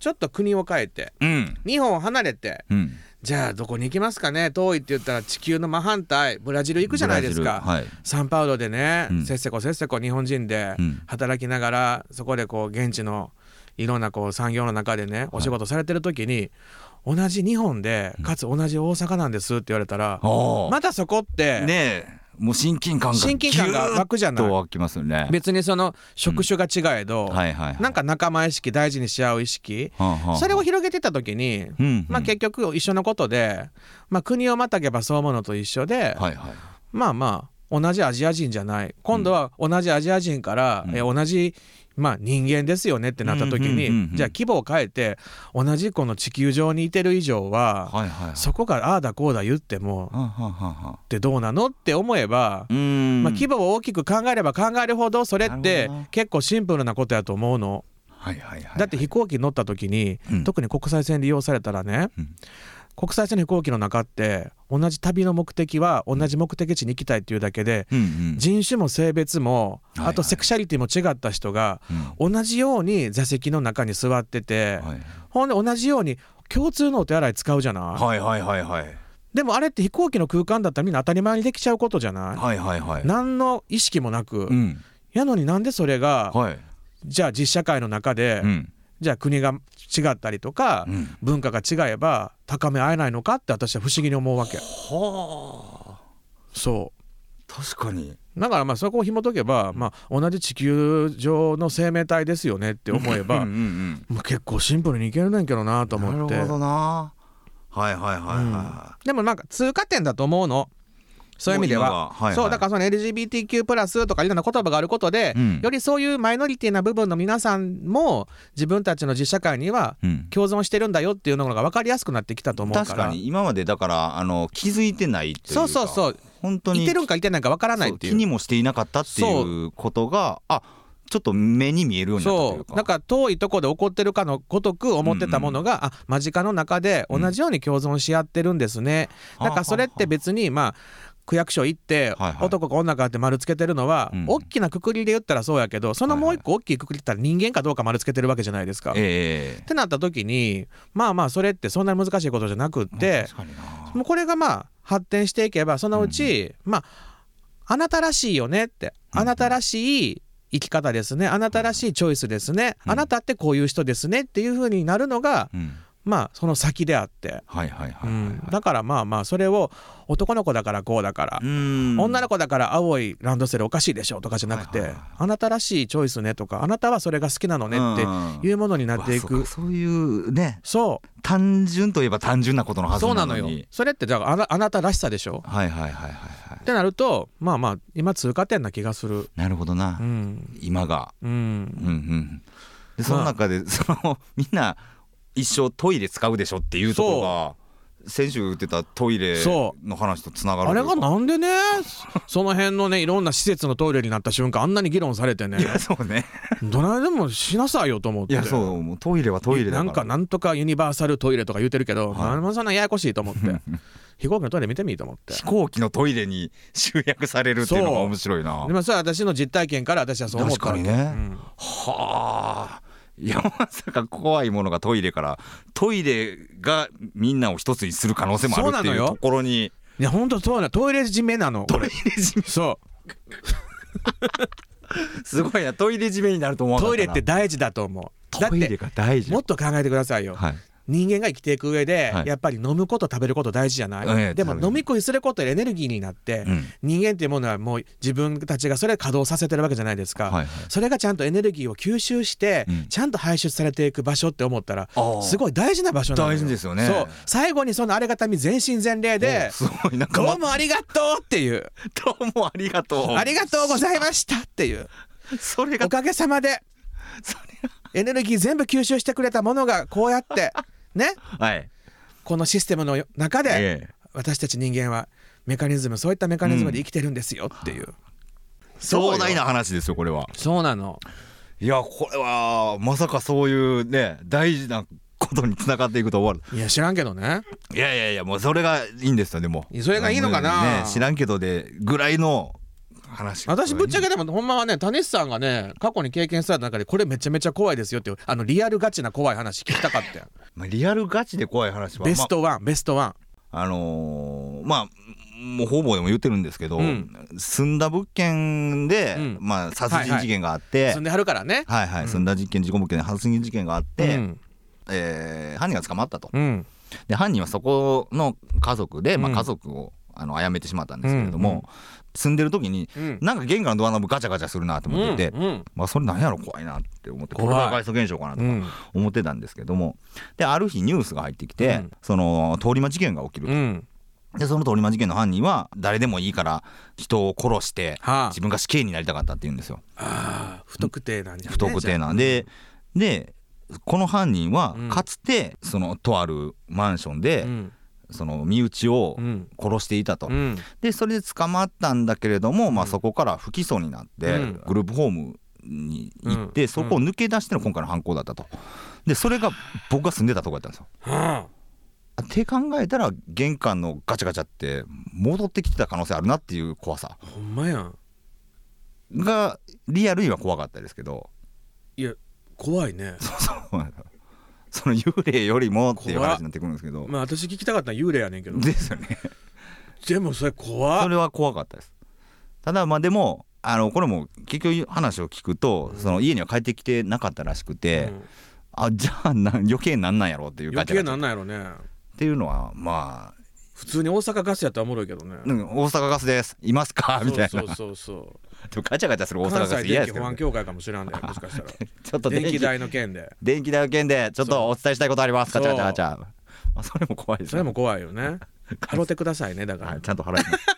ちょっと国を変えて
うん
日本を離れて
うん
じゃあどこに行きますかね遠いって言ったら地球の真反対ブラジル行くじゃないですか、
ブラジルはい
サンパウロでね、
うん
せっせこせっせこ日本人で
うん
働きながらそこでこう現地のいろんなこう産業の中でねお仕事されてる時に、同じ日本でかつ同じ大阪なんですって言われたら、
ああ
またそこって、
ねえもう親近感が
親近感が
ギュー
湧
ッ
くじゃない
と湧きますよね
別にその職種が違えど、
はいはいはい
なんか仲間意識大事にし合う意識、
はあはあ
それを広げてた時に、
うんうん
まあ、結局一緒のことで、まあ、国をまたげばそう思うのと一緒で、
はいはい
まあまあ同じアジア人じゃない今度は同じアジア人から、
うん
え同じ、まあ、人間ですよねってなった時に、
うんうんうんうん
じゃあ規模を変えて同じこの地球上にいてる以上は、
はいはいはい
そこがああだこうだ言っても
はあはあはあはあ
ってどうなのって思えば、
うーん
まあ、規模を大きく考えれば考えるほどそれっ
なる
て
ほどな
結構シンプルなことやと思うの。
はいはいはい
だって飛行機に乗った時に、
うん
特に国際線利用されたらね、
うん
国際線の飛行機の中って同じ旅の目的は同じ目的地に行きたいっていうだけで、
うんうん
人種も性別も、
はいはい
あとセクシャリティも違った人が
うん
同じように座席の中に座ってて、
はい
ほんで同じように共通のお手洗い使うじゃない、
はいはいはいはい
でもあれって飛行機の空間だったらみんな当たり前にできちゃうことじゃない、
はいはいはい
何の意識もな
う
く、
ん
やのになんでそれが、
はい
じゃあ実社会の中で、
うん
じゃあ国が違ったりとか、
うん
文化が違えば高め合えないのかって私は不思議に思うわけ
はあ
そ
確かに
うだからまあそこを紐解けば、まあ、同じ地球上の生命体ですよねって思え
う
ば
んうん
もう結構シンプルにいけるねんけどなと
うんなる
思って
ほどなはいはいはいは
でもなんか通過点だと思うのそういう意味で
もう
は、
今ははいはい
そうだからその LGBTQ+ プラスとかいろんな言葉があることで、
うん
よりそういうマイノリティな部分の皆さんも自分たちの実社会にはい
うん
共存してるんだよっていうのが分かりやすくなってきたと思うから
確かに今までだからあの気づいてないっていうか
そうそうそう
本当に
いてるんかいてないんか分からない
そ
っ
う
てい
気
う
にもしていなかったっていうことがあちょっと目に見えるようになったとい
そうう
か
なんか遠いとこで起こってるかのごとく思ってたものが、あ間近の中で同じように共存し合ってるんですね、
うん
だからそれって別にまあ区役所行って
はいはい
男か女かって丸つけてるのは
うん
大きなくくりで言ったらそうやけどそのもう一個大きいくくりって言ったら人間かどうか丸つけてるわけじゃないですか。っ
ええ
てなった時にまあまあそれってそんなに難しいことじゃなくって
確かにな
もうこれがまあ発展していけばそのうち、まああなたらしいよねって
うん
あなたらしい生き方ですねあなたらしいチョイスですね、
うん
あなたってこういう人ですねっていう風になるのが、
うん
まあその先であって、
はいはいは
う
いはい
ん、だからまあまあそれを男の子だからこうだから、
うん
女の子だから青いランドセルおかしいでしょとかじゃなくて、
はいはいはい
あなたらしいチョイスねとかあなたはそれが好きなのねっていうものになってい
うんうわそう
く
か。そういうね
そう
単純といえば単純なことのはず
そう
な
な
の
のよ
に
それってだからあなあなたらしさでしょ
はいはいはいはいはい
ってなるとまあまあ今通過点な気がする
なるほどな、
うん
今が
う
うん
ん
うんでその中で、そのみんな一生トイレ使うでしょっていうところが先週言ってたトイレ
そ
の話とつながる
あ
とい
れ
うか
がなんでねその辺のねいろんな施設のトイレになった瞬間あんなに議論されてね
いやそうね
どないでもしなさいよと思っ
い
て
やそうもうトイレはトイレだから
なんかなんとかユニバーサルトイレとか言うてるけど、
はい
なんもそんなややこしいと思って 飛行機のトイレ見てみいと思って
飛行機のトイレに集約されるっていうのが
そう
面白いな
でもそれは私の実体験から私はそう思っ
確
たわ
か
け
にね、
うん
はあいやまさか怖いものがトイレからトイレがみんなを一つにする可能性もあるって
そうないの
う
よ
ところに
いや本当そうなトイレ締めなのトイレ締めそう
すごいなトイレ締めになると思わなか
ト
っ
イ
た
レ
な
って大事だと思うだっ
トイレ
て
が大事
もっと考えてくださいよ
はい
人間が生きていく上で、
はい
やっぱり飲むこと食べること大事じゃない、
ええ
でも
食べる
飲み食いすることでエネルギーになって、
うん
人間っていうものはもう自分たちがそれを稼働させてるわけじゃないですか、
はいはい
それがちゃんとエネルギーを吸収して、
うん
ちゃんと排出されていく場所って思ったら
あー
すごい大事な場所なの
大事ですよね
そう最後にそのありがたみ全身全霊
お
で
すごいなん
「
か
ど
ま
うもありがとう」っていう
どうもありがと
「
う
ありがとうございました」っていう
それが
おかげさまで
そ
エネルギー全部吸収してくれたものがこうや ってね
れがはい
このシステムの中で
ええ
私たち人間はメカニズムそういったメカニズムで生きてるんですよっていう、そう
壮
よ
大な話ですよこれは
そうなの
いやこれはまさかそういうね大事なことにつながっていくと終わ
いや知らんけどね
るいやいやいやもうそれがいいんですよでも
いやそれがいいのかな
もうね知らんけどでぐらいの話
私ぶっちゃ
け
けでもほんまはね種師さんがね過去に経験した中でこれめちゃめちゃ怖いですよっていうあのリアルガチな怖い話聞きた かったよ
リアルガチで怖い話は
ベストワンベストワン
まああのーまあもう方々でも言ってるんですけど、
うん
住んだ物件で、
うん
まあ殺人事件があって、
住んではるからね
はいはい、
うん
そんな事件事故物件で殺人事件があって、
うん
えー犯人が捕まったと
うん
で犯人はそこの家族で、まあ、
うん
家族をあの殺めてしまったんですけれども、
うんうん
住んでる時に
うん
なんか玄関のドアノブガチャガチャするなと思ってて、
うんうん
まあ、それなんやろ怖いなって思ってこ
怖い
れが外現象かなと
う
か
ん
思ってたんですけどもである日ニュースが入ってきて、
うん
その通り魔事件が起きる
う
と、
ん
でその通り魔事件の犯人は誰でもいいから人を殺して
はあ
自分が死刑になりたかったって言うんですよ。
あー不特定なんじゃね
不特定なん
じゃ
で、でこの犯人は
うん
かつてそのとあるマンション
あう
で
ん
その身内を
うん
殺していたと、
うん
でそれで捕まったんだけれども、まあ、そこから不起訴になって、
うん
グループホームに行って、
うん
そこを抜け出しての今回の犯行だったとでそれが僕が住んでたとこやったんですよ。
はあ
って考えたら玄関のガチャガチャって戻ってきてた可能性あるなっていう怖さ
ほんまやん
がリアルには怖かったですけど
いや怖いね
そうなんだその幽霊よりもっていう
怖っ
話になってくるんですけど、
まあ私聞きたかったのは幽霊やねんけど
ですよね
でもそれ怖
そ
っ
れは怖かったですただまあでもあのこれも結局話を聞くと、その家には帰ってきてなかったらしくて、
うん
あじゃあなん余計なんなんやろっていうガ
余
チャ
計
ガチ
な
ャ
んなんやろね
っていうのはまあ
普通に大阪ガスやったらおもろいけどね
うん大阪ガスですいますかみたいな
そうそうそうそう
でもガチャガチャする大
関
阪ガ
西
ス嫌で
電気
すけ
保
ど、
安
ね、
協会かもしら んで、もしかしたら
ちょっと電
電
気
気
代
代の件 で
電気代の件でちょっとお伝えしたいことありますガチャガチャガチャあそれも怖いです
そ
ね
れも怖い よね払ってくださいねだから、
はい、ちゃんと払います。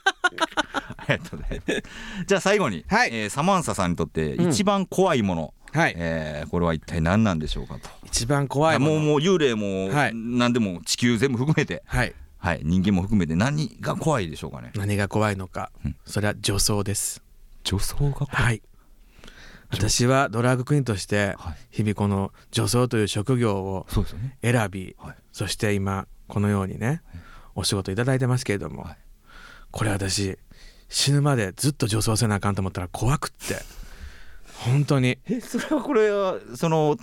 ありがとうございます。じゃあ最後に、
はい
えーサマンサさんにとって
ん
一番怖いもの、
はい
えーこれは一体何なんでしょうかと。
一番怖いもの
もうもう幽霊も、
はい
何でも地球全部含めて、
はい
はい、人間も含めて何が怖いでしょうかね。
何が怖いのか、それは女装です
女装が怖い。
はい私はドラァグクイーンとして
はい
日々この女装という職業を
そうですよね。
選び、
はい
そして今このようにねお仕事いただいてますけれども、
はい
これ私死ぬまでずっと女装せなあかんと思ったら怖くって本当に
えそれはこれはその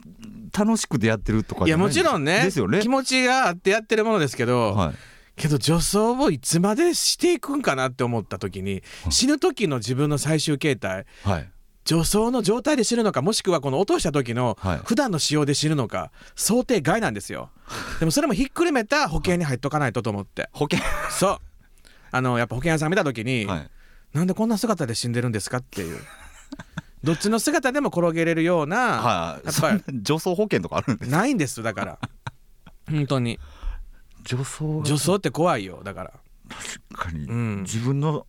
楽しくでやってるとか
い
じゃ
や
ない
もちろんね
ですよね
気。持ちがあってやってるものですけど、
はい。
けど女装をいつまでしていくんかなって思った時に死ぬ時の自分の最終形態
はい。
女装の状態で死ぬのかもしくはこの落とした時の
はい
普段の使用で死ぬのか想定外なんですよでもそれもひっくるめた保険に入っとかないとと思って
保険。
そうあのやっぱ保険屋さん見た時に、
はい。
なんでこんな姿で死んでるんですかっていうどっちの姿でも転げれるような、
はい。
やっ
そ
ぱ
ん
り
な女装保険とかあるんです。
ないんですだ から本当に
女装
女装って怖いよだから
確かに、
うん
自分の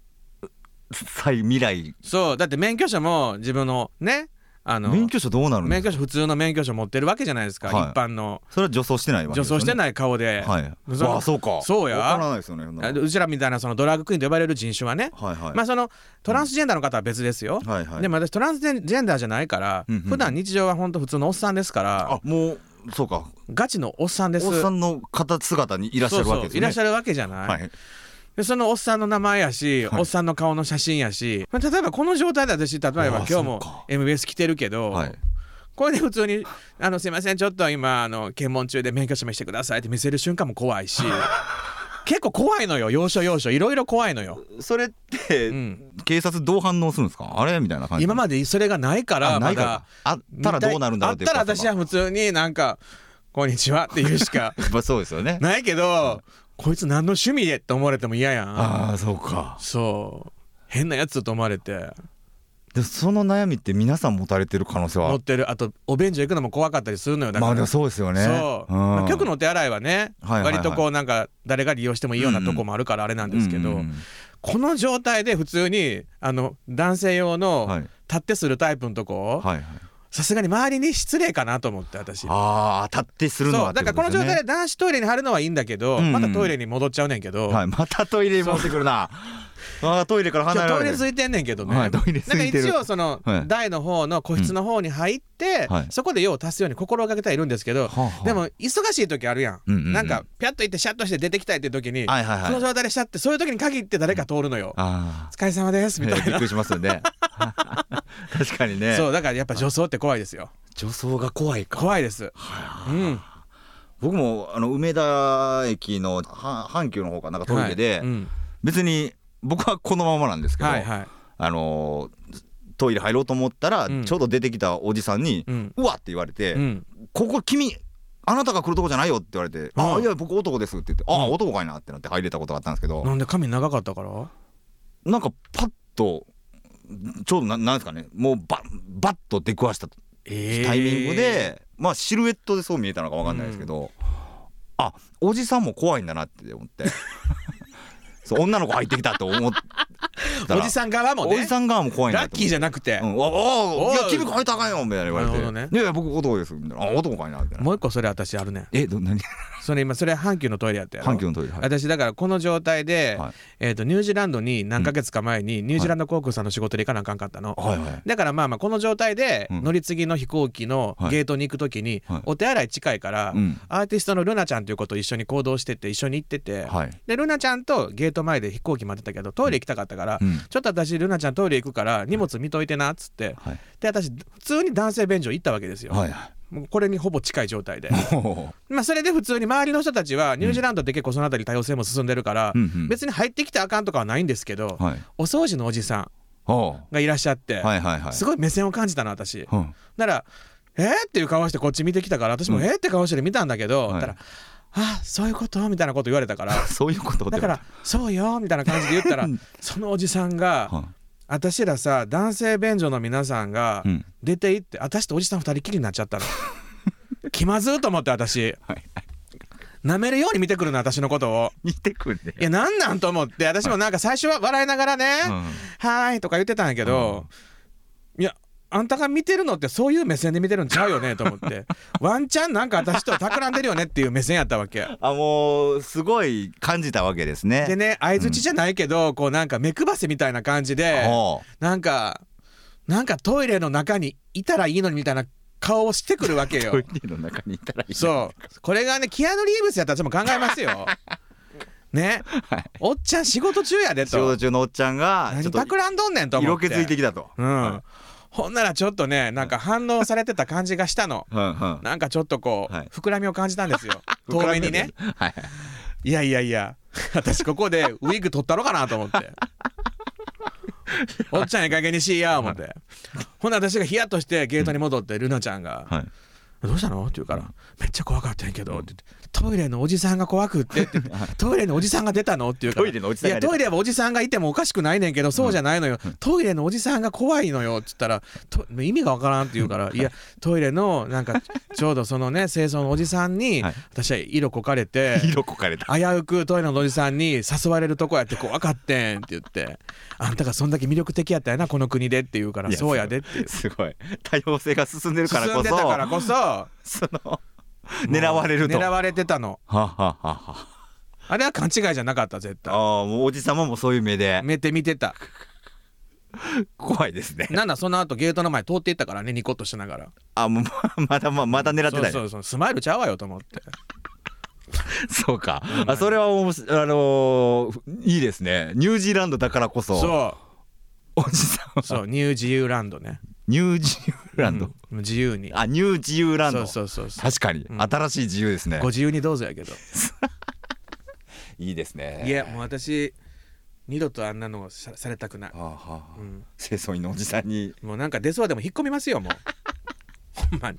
最未来
そうだって免許証も自分のねあの
免許証どうなるんで
免
すか
許証普通の免許証持ってるわけじゃないですか、
はい
一般の
それは女装してないわけ
女
ですよ
装
ね
してない顔で、
はい
その
わあそうか
そうや
わからないですよねそんな
あ
の
うちらみたいなそのドラッグクイーンと呼ばれる人種はね、
はいはい、
まあそのトランスジェンダーの方は別ですよ、
はいはい
でも私トランスジェンダーじゃないから、
うんうん
普段日常は本当普通のおっさんですから
あもうそうか
ガチのおっさんです
おっさんの方姿にいらっしゃるわけです
そうそう
ね
いらっしゃるわけじゃない、
はい
でそのおっさんの名前やし、
はい
おっさんの顔の写真やし、まあ、例えばこの状態で私例えば
あー
今日も
そうか
MBS 来てるけど、
はい
これで普通に「あのすいませんちょっと今あの検問中で免許証見してください」って見せる瞬間も 怖いし結構怖いのよ要所要所いろいろ怖いのよ、
それって、
うん、
警察どう反応するんですかあれみたいな感じ
今までそれがないから
あな
ま
いから
だ
あったらどうなるんだろう
あったら私は普通になんかこんにちは」って言うし か
やっぱそうですよね
ないけどこいつ何の趣味でって思われても嫌やん
ああそうか
そう変なやつと思われて
でその悩みって皆さん持たれてる可能性は
持ってるあとお便所行くのも怖かったりするのよだ
ま
から、
あでもそうですよね
そう、
ん
まあ局のお手洗いはね、
はいはいはい
割とこうなんか誰が利用してもいいようなとこもあるからあれなんですけど、
うんうん
この状態で普通にあの男性用
うんはい
の立ってするタイプのとこ
はいはい
さすがに周りに失礼かなと思って私。
ああ当たってするの
そ
は
うだからこの状態で男子トイレに貼るのはいいんだけど、
うんうん
またトイレに戻っちゃうねんけど、
ではいまたトイレに戻ってくる なあートイレから
今
離
日
れら
トイ
れ
レ
る
空いてんねんけどね、
はいトイレ空いてる
なんか一応その
はい
台の方の個室の方に入って、
うんはい
そこで用を足すように心がけてはいるんですけど、
はあはあ
でも忙しい時あるやん、
うんうんうん
なんかピャッと行ってシャッとして出てきたいって時に、
はいはいはい
その状態でシャッてそういう時に限って誰か通るのよ、
あ
お疲れ様です
あ
みた い
びっ
な、
くりしますよね確かにね
そうだからやっぱ女装って怖いですよ
女装が怖い
怖いです、うん、
僕もあの梅田駅のは阪急の方かなんかトイレで、
はいうん
別に僕はこのままなんですけど、
はいはい
あのートイレ入ろうと思ったら、
うん
ちょうど出てきたおじさんに「
うん
うわ!」って言われて「
うん
ここ君あなたが来るとこじゃないよ」って言われて「あ
う
い
ん
や僕男です」って言って「ああ
うん
男かいな」ってなって入れたことがあったんですけど、
なんで髪長かったから
なんかパッとちょうどななんですかねもうバッバッと出くわしたタイミングで、まあシルエットでそう見えたのかわかんないですけど、あおじさんも怖いんだなって思って そう女の子入ってきたと思ったら
おじさん側
お
もね
じさん側も怖いんだ
ラッキーじゃなくて、
うん、おお
お
い
い
や君変えたらあかんよみたいな言われ
な
て
るほどね
いやいや僕男ですみたいなあ男かいなみたいな
もう一個それ私あるねん
えど何
それ今それ阪急のトイレやったやろ
阪急のトイレはい
私だからこの状態で、
はい
えー、とニュージーランドに何ヶ月か前にニュージーランド航空さんの仕事で行かなあかんかったの、
はいはい
だからまあまあこの状態で
うん
乗り継ぎの飛行機の
はい
ゲートに行く時に
はい
お手洗い近いから
うん
アーティストのルナちゃんという子と一緒に行動してて一緒に行ってて、
はい
でルナちゃんとゲート前で飛行機待ってたけどトイレ行きたかったから、
うん
ちょっと私ルナちゃんトイレ行くから荷物見といてなっつって
はい
で私普通に男性便所行ったわけですよ、
はいは
もうこれにほぼ近い状態で。
いも
まあ、それで普通に周りの人たちはニュージーランドって結構そのあたり多様性も進んでるから、
うんうん
別に入ってきてあかんとかはないんですけど、
うはい
お掃除のおじさん
おう
がいらっしゃって、
はいはいはい
すごい目線を感じたの私。
うん
なら「えー?」っていう顔してこっち見てきたから私も「えー?」って顔して見たんだけど、
はい
たら「あそういうこと?」みたいなこと言われたから
そういうこと
だから「そうよ」みたいな感じで言ったらそのおじさんが
はい
「私らさ男性便所の皆さんが
うん
出て行って私とおじさん二人きりになっちゃったの。 気まずーと思って私。
はい
舐めるように見てくるの私のことを。
見てくんね
いやなんなんと思って私もなんか最初は笑いながらね「
うん
はーい」とか言ってたんやけど、いやあんたが見てるのってそういう目線で見てるんちゃうよねと思って ワンチャンなんか私と企んでるよねっていう目線やったわけ。
あもうすごい感じたわけですね
でね相づちじゃないけど、こうなんか目配せみたいな感じで
おう
なんかなんかトイレの中にいたらいいのにみたいな顔をしてくるわけ よ
ト。イレの中にいたらいい
そうこれがねキアヌ・リーブスやったらちょっと考えま すよ。ね、おっちゃん仕事中やで
仕事
と
中のおっちゃんがちょ
何
っと
企んどんねんと思
色
って
気づいてきたと
うん、ほんならちょっとねなんか反応されてた感じがしたの
うんうん
なんかちょっとこう、
はい
膨らみを感じたんで すよ遠目にね
はい
いやいやいや私ここでウィッグ取ったろかなと 思って。おっちゃんいい加減にしいや思って、ほんなら私がヒヤッとしてゲートに戻ってルナちゃんが、
はい
どうしたの?」って言うから「めっちゃ怖かったんやけど」って言って「トイレのおじさんが怖くっ て」って言って「トイレのおじさんが出たの?」って言うから
ト
「
イレのおじさんが出
い
た
やトイレはおじさんがいてもおかしくないねんけどそうじゃないのよ、トイレのおじさんが怖いのよ」っつったらと「意味がわからん」って言うから「いやトイレのなんかちょうどそのね清掃のおじさんに
はい
私は色こかれて」
色こかれた
危うくトイレのおじさんに誘われるとこやって怖かってんって言って「あんたがそんだけ魅力的やったやなこの国で」って言うから
い
「
や
そうやで」って言う
すごい多様性が進んでるから
進
こ
んでたから
そ
こそ
その狙われると
狙われてたの
はははは
あれは勘違いじゃなかった絶対
ああもうおじさまもそういう目で
目で見てた
怖いですね
なんだその後ゲートの前通っていったからねニコッとしながら
あもうままだままだ狙ってない
そ
そう
うそうそうスマイルちゃうわよと思って
かあそれはおもしあのーいいですねニュージーランドだからこそ
そ
おじさんは
うそうニュージーランドね
ニュージーランド、
うん自由に
あニュージーランド
そうそうそうそう
確かに、
ん
新しい自由ですね
ご自由にどうぞやけど
いいですね
いやもう私二度とあんなのさされたくない
はあはあ
うん
清掃員のおじさんに
もうなんか出そうでも引っ込みますよもうほんまに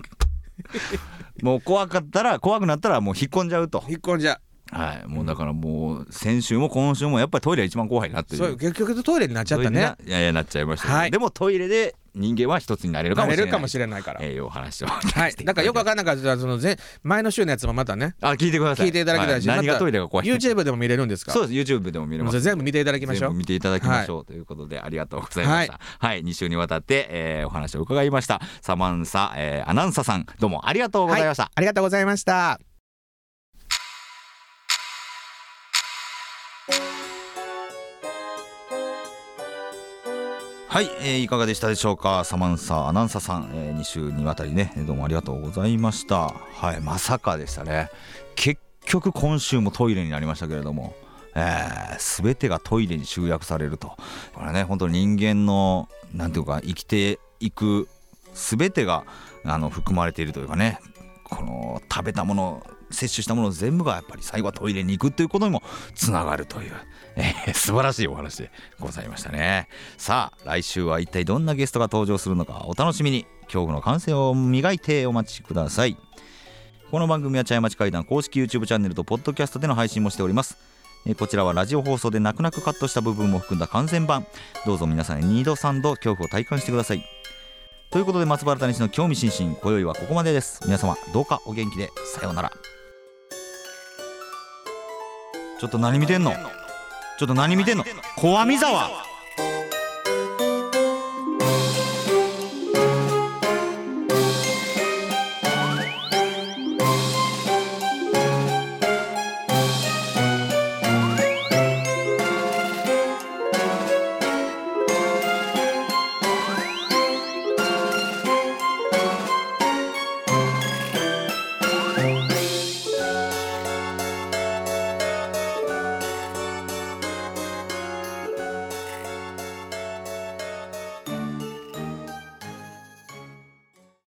もう怖かったら怖くなったらもう引っ込んじゃうと
引っ込んじゃ
はいもうだからもう先週も今週もやっぱりトイレが一番怖いなっていう
そう結局トイレになっちゃったね
トイレないやいやなっちゃいましたけど、
はい
でもトイレで人間は一つになれるか
な
もし
れ
れない
るかもしれないから
えーいうお話を
はいなんかよくわかんなかったらその前前の週のやつもまたね
あ聞いてください
聞いていただきたいし
は
ま
何
た
がトイレが怖い
YouTube でも見れるんですか
そうです YouTube でも見れ
も
ま
う
す
全部見ていただきましょ
全部
う
見ていただきましょう、ということでありがとうございましたはい、2週にわたって、えーお話を伺いましたサマンサ、えーアナンサさんどうもありがとうございました、
ありがとうございました
はい、えーいかがでしたでしょうかサマンサアナウンサーさん、え2週にわたりねえーどうもありがとうございましたはいまさかでしたね結局今週もトイレになりましたけれどもえー、全てがトイレに集約されるとこれね本当に人間のなんていうか生きていく全てがあの含まれているというかねこの食べたもの摂取したもの全部がやっぱり最後はトイレに行くということにもつながるという、えー素晴らしいお話でございましたねさあ来週は一体どんなゲストが登場するのかお楽しみに恐怖の感性を磨いてお待ちくださいこの番組は茶屋町会談公式 YouTube チャンネルとポッドキャストでの配信もしておりますえーこちらはラジオ放送で泣く泣くカットした部分も含んだ完全版どうぞ皆さん2度3度恐怖を体感してくださいということで松原谷氏の興味津々今宵はここまでです皆様どうかお元気でさようならちょっと何見てんのちょっと何見てんの小網沢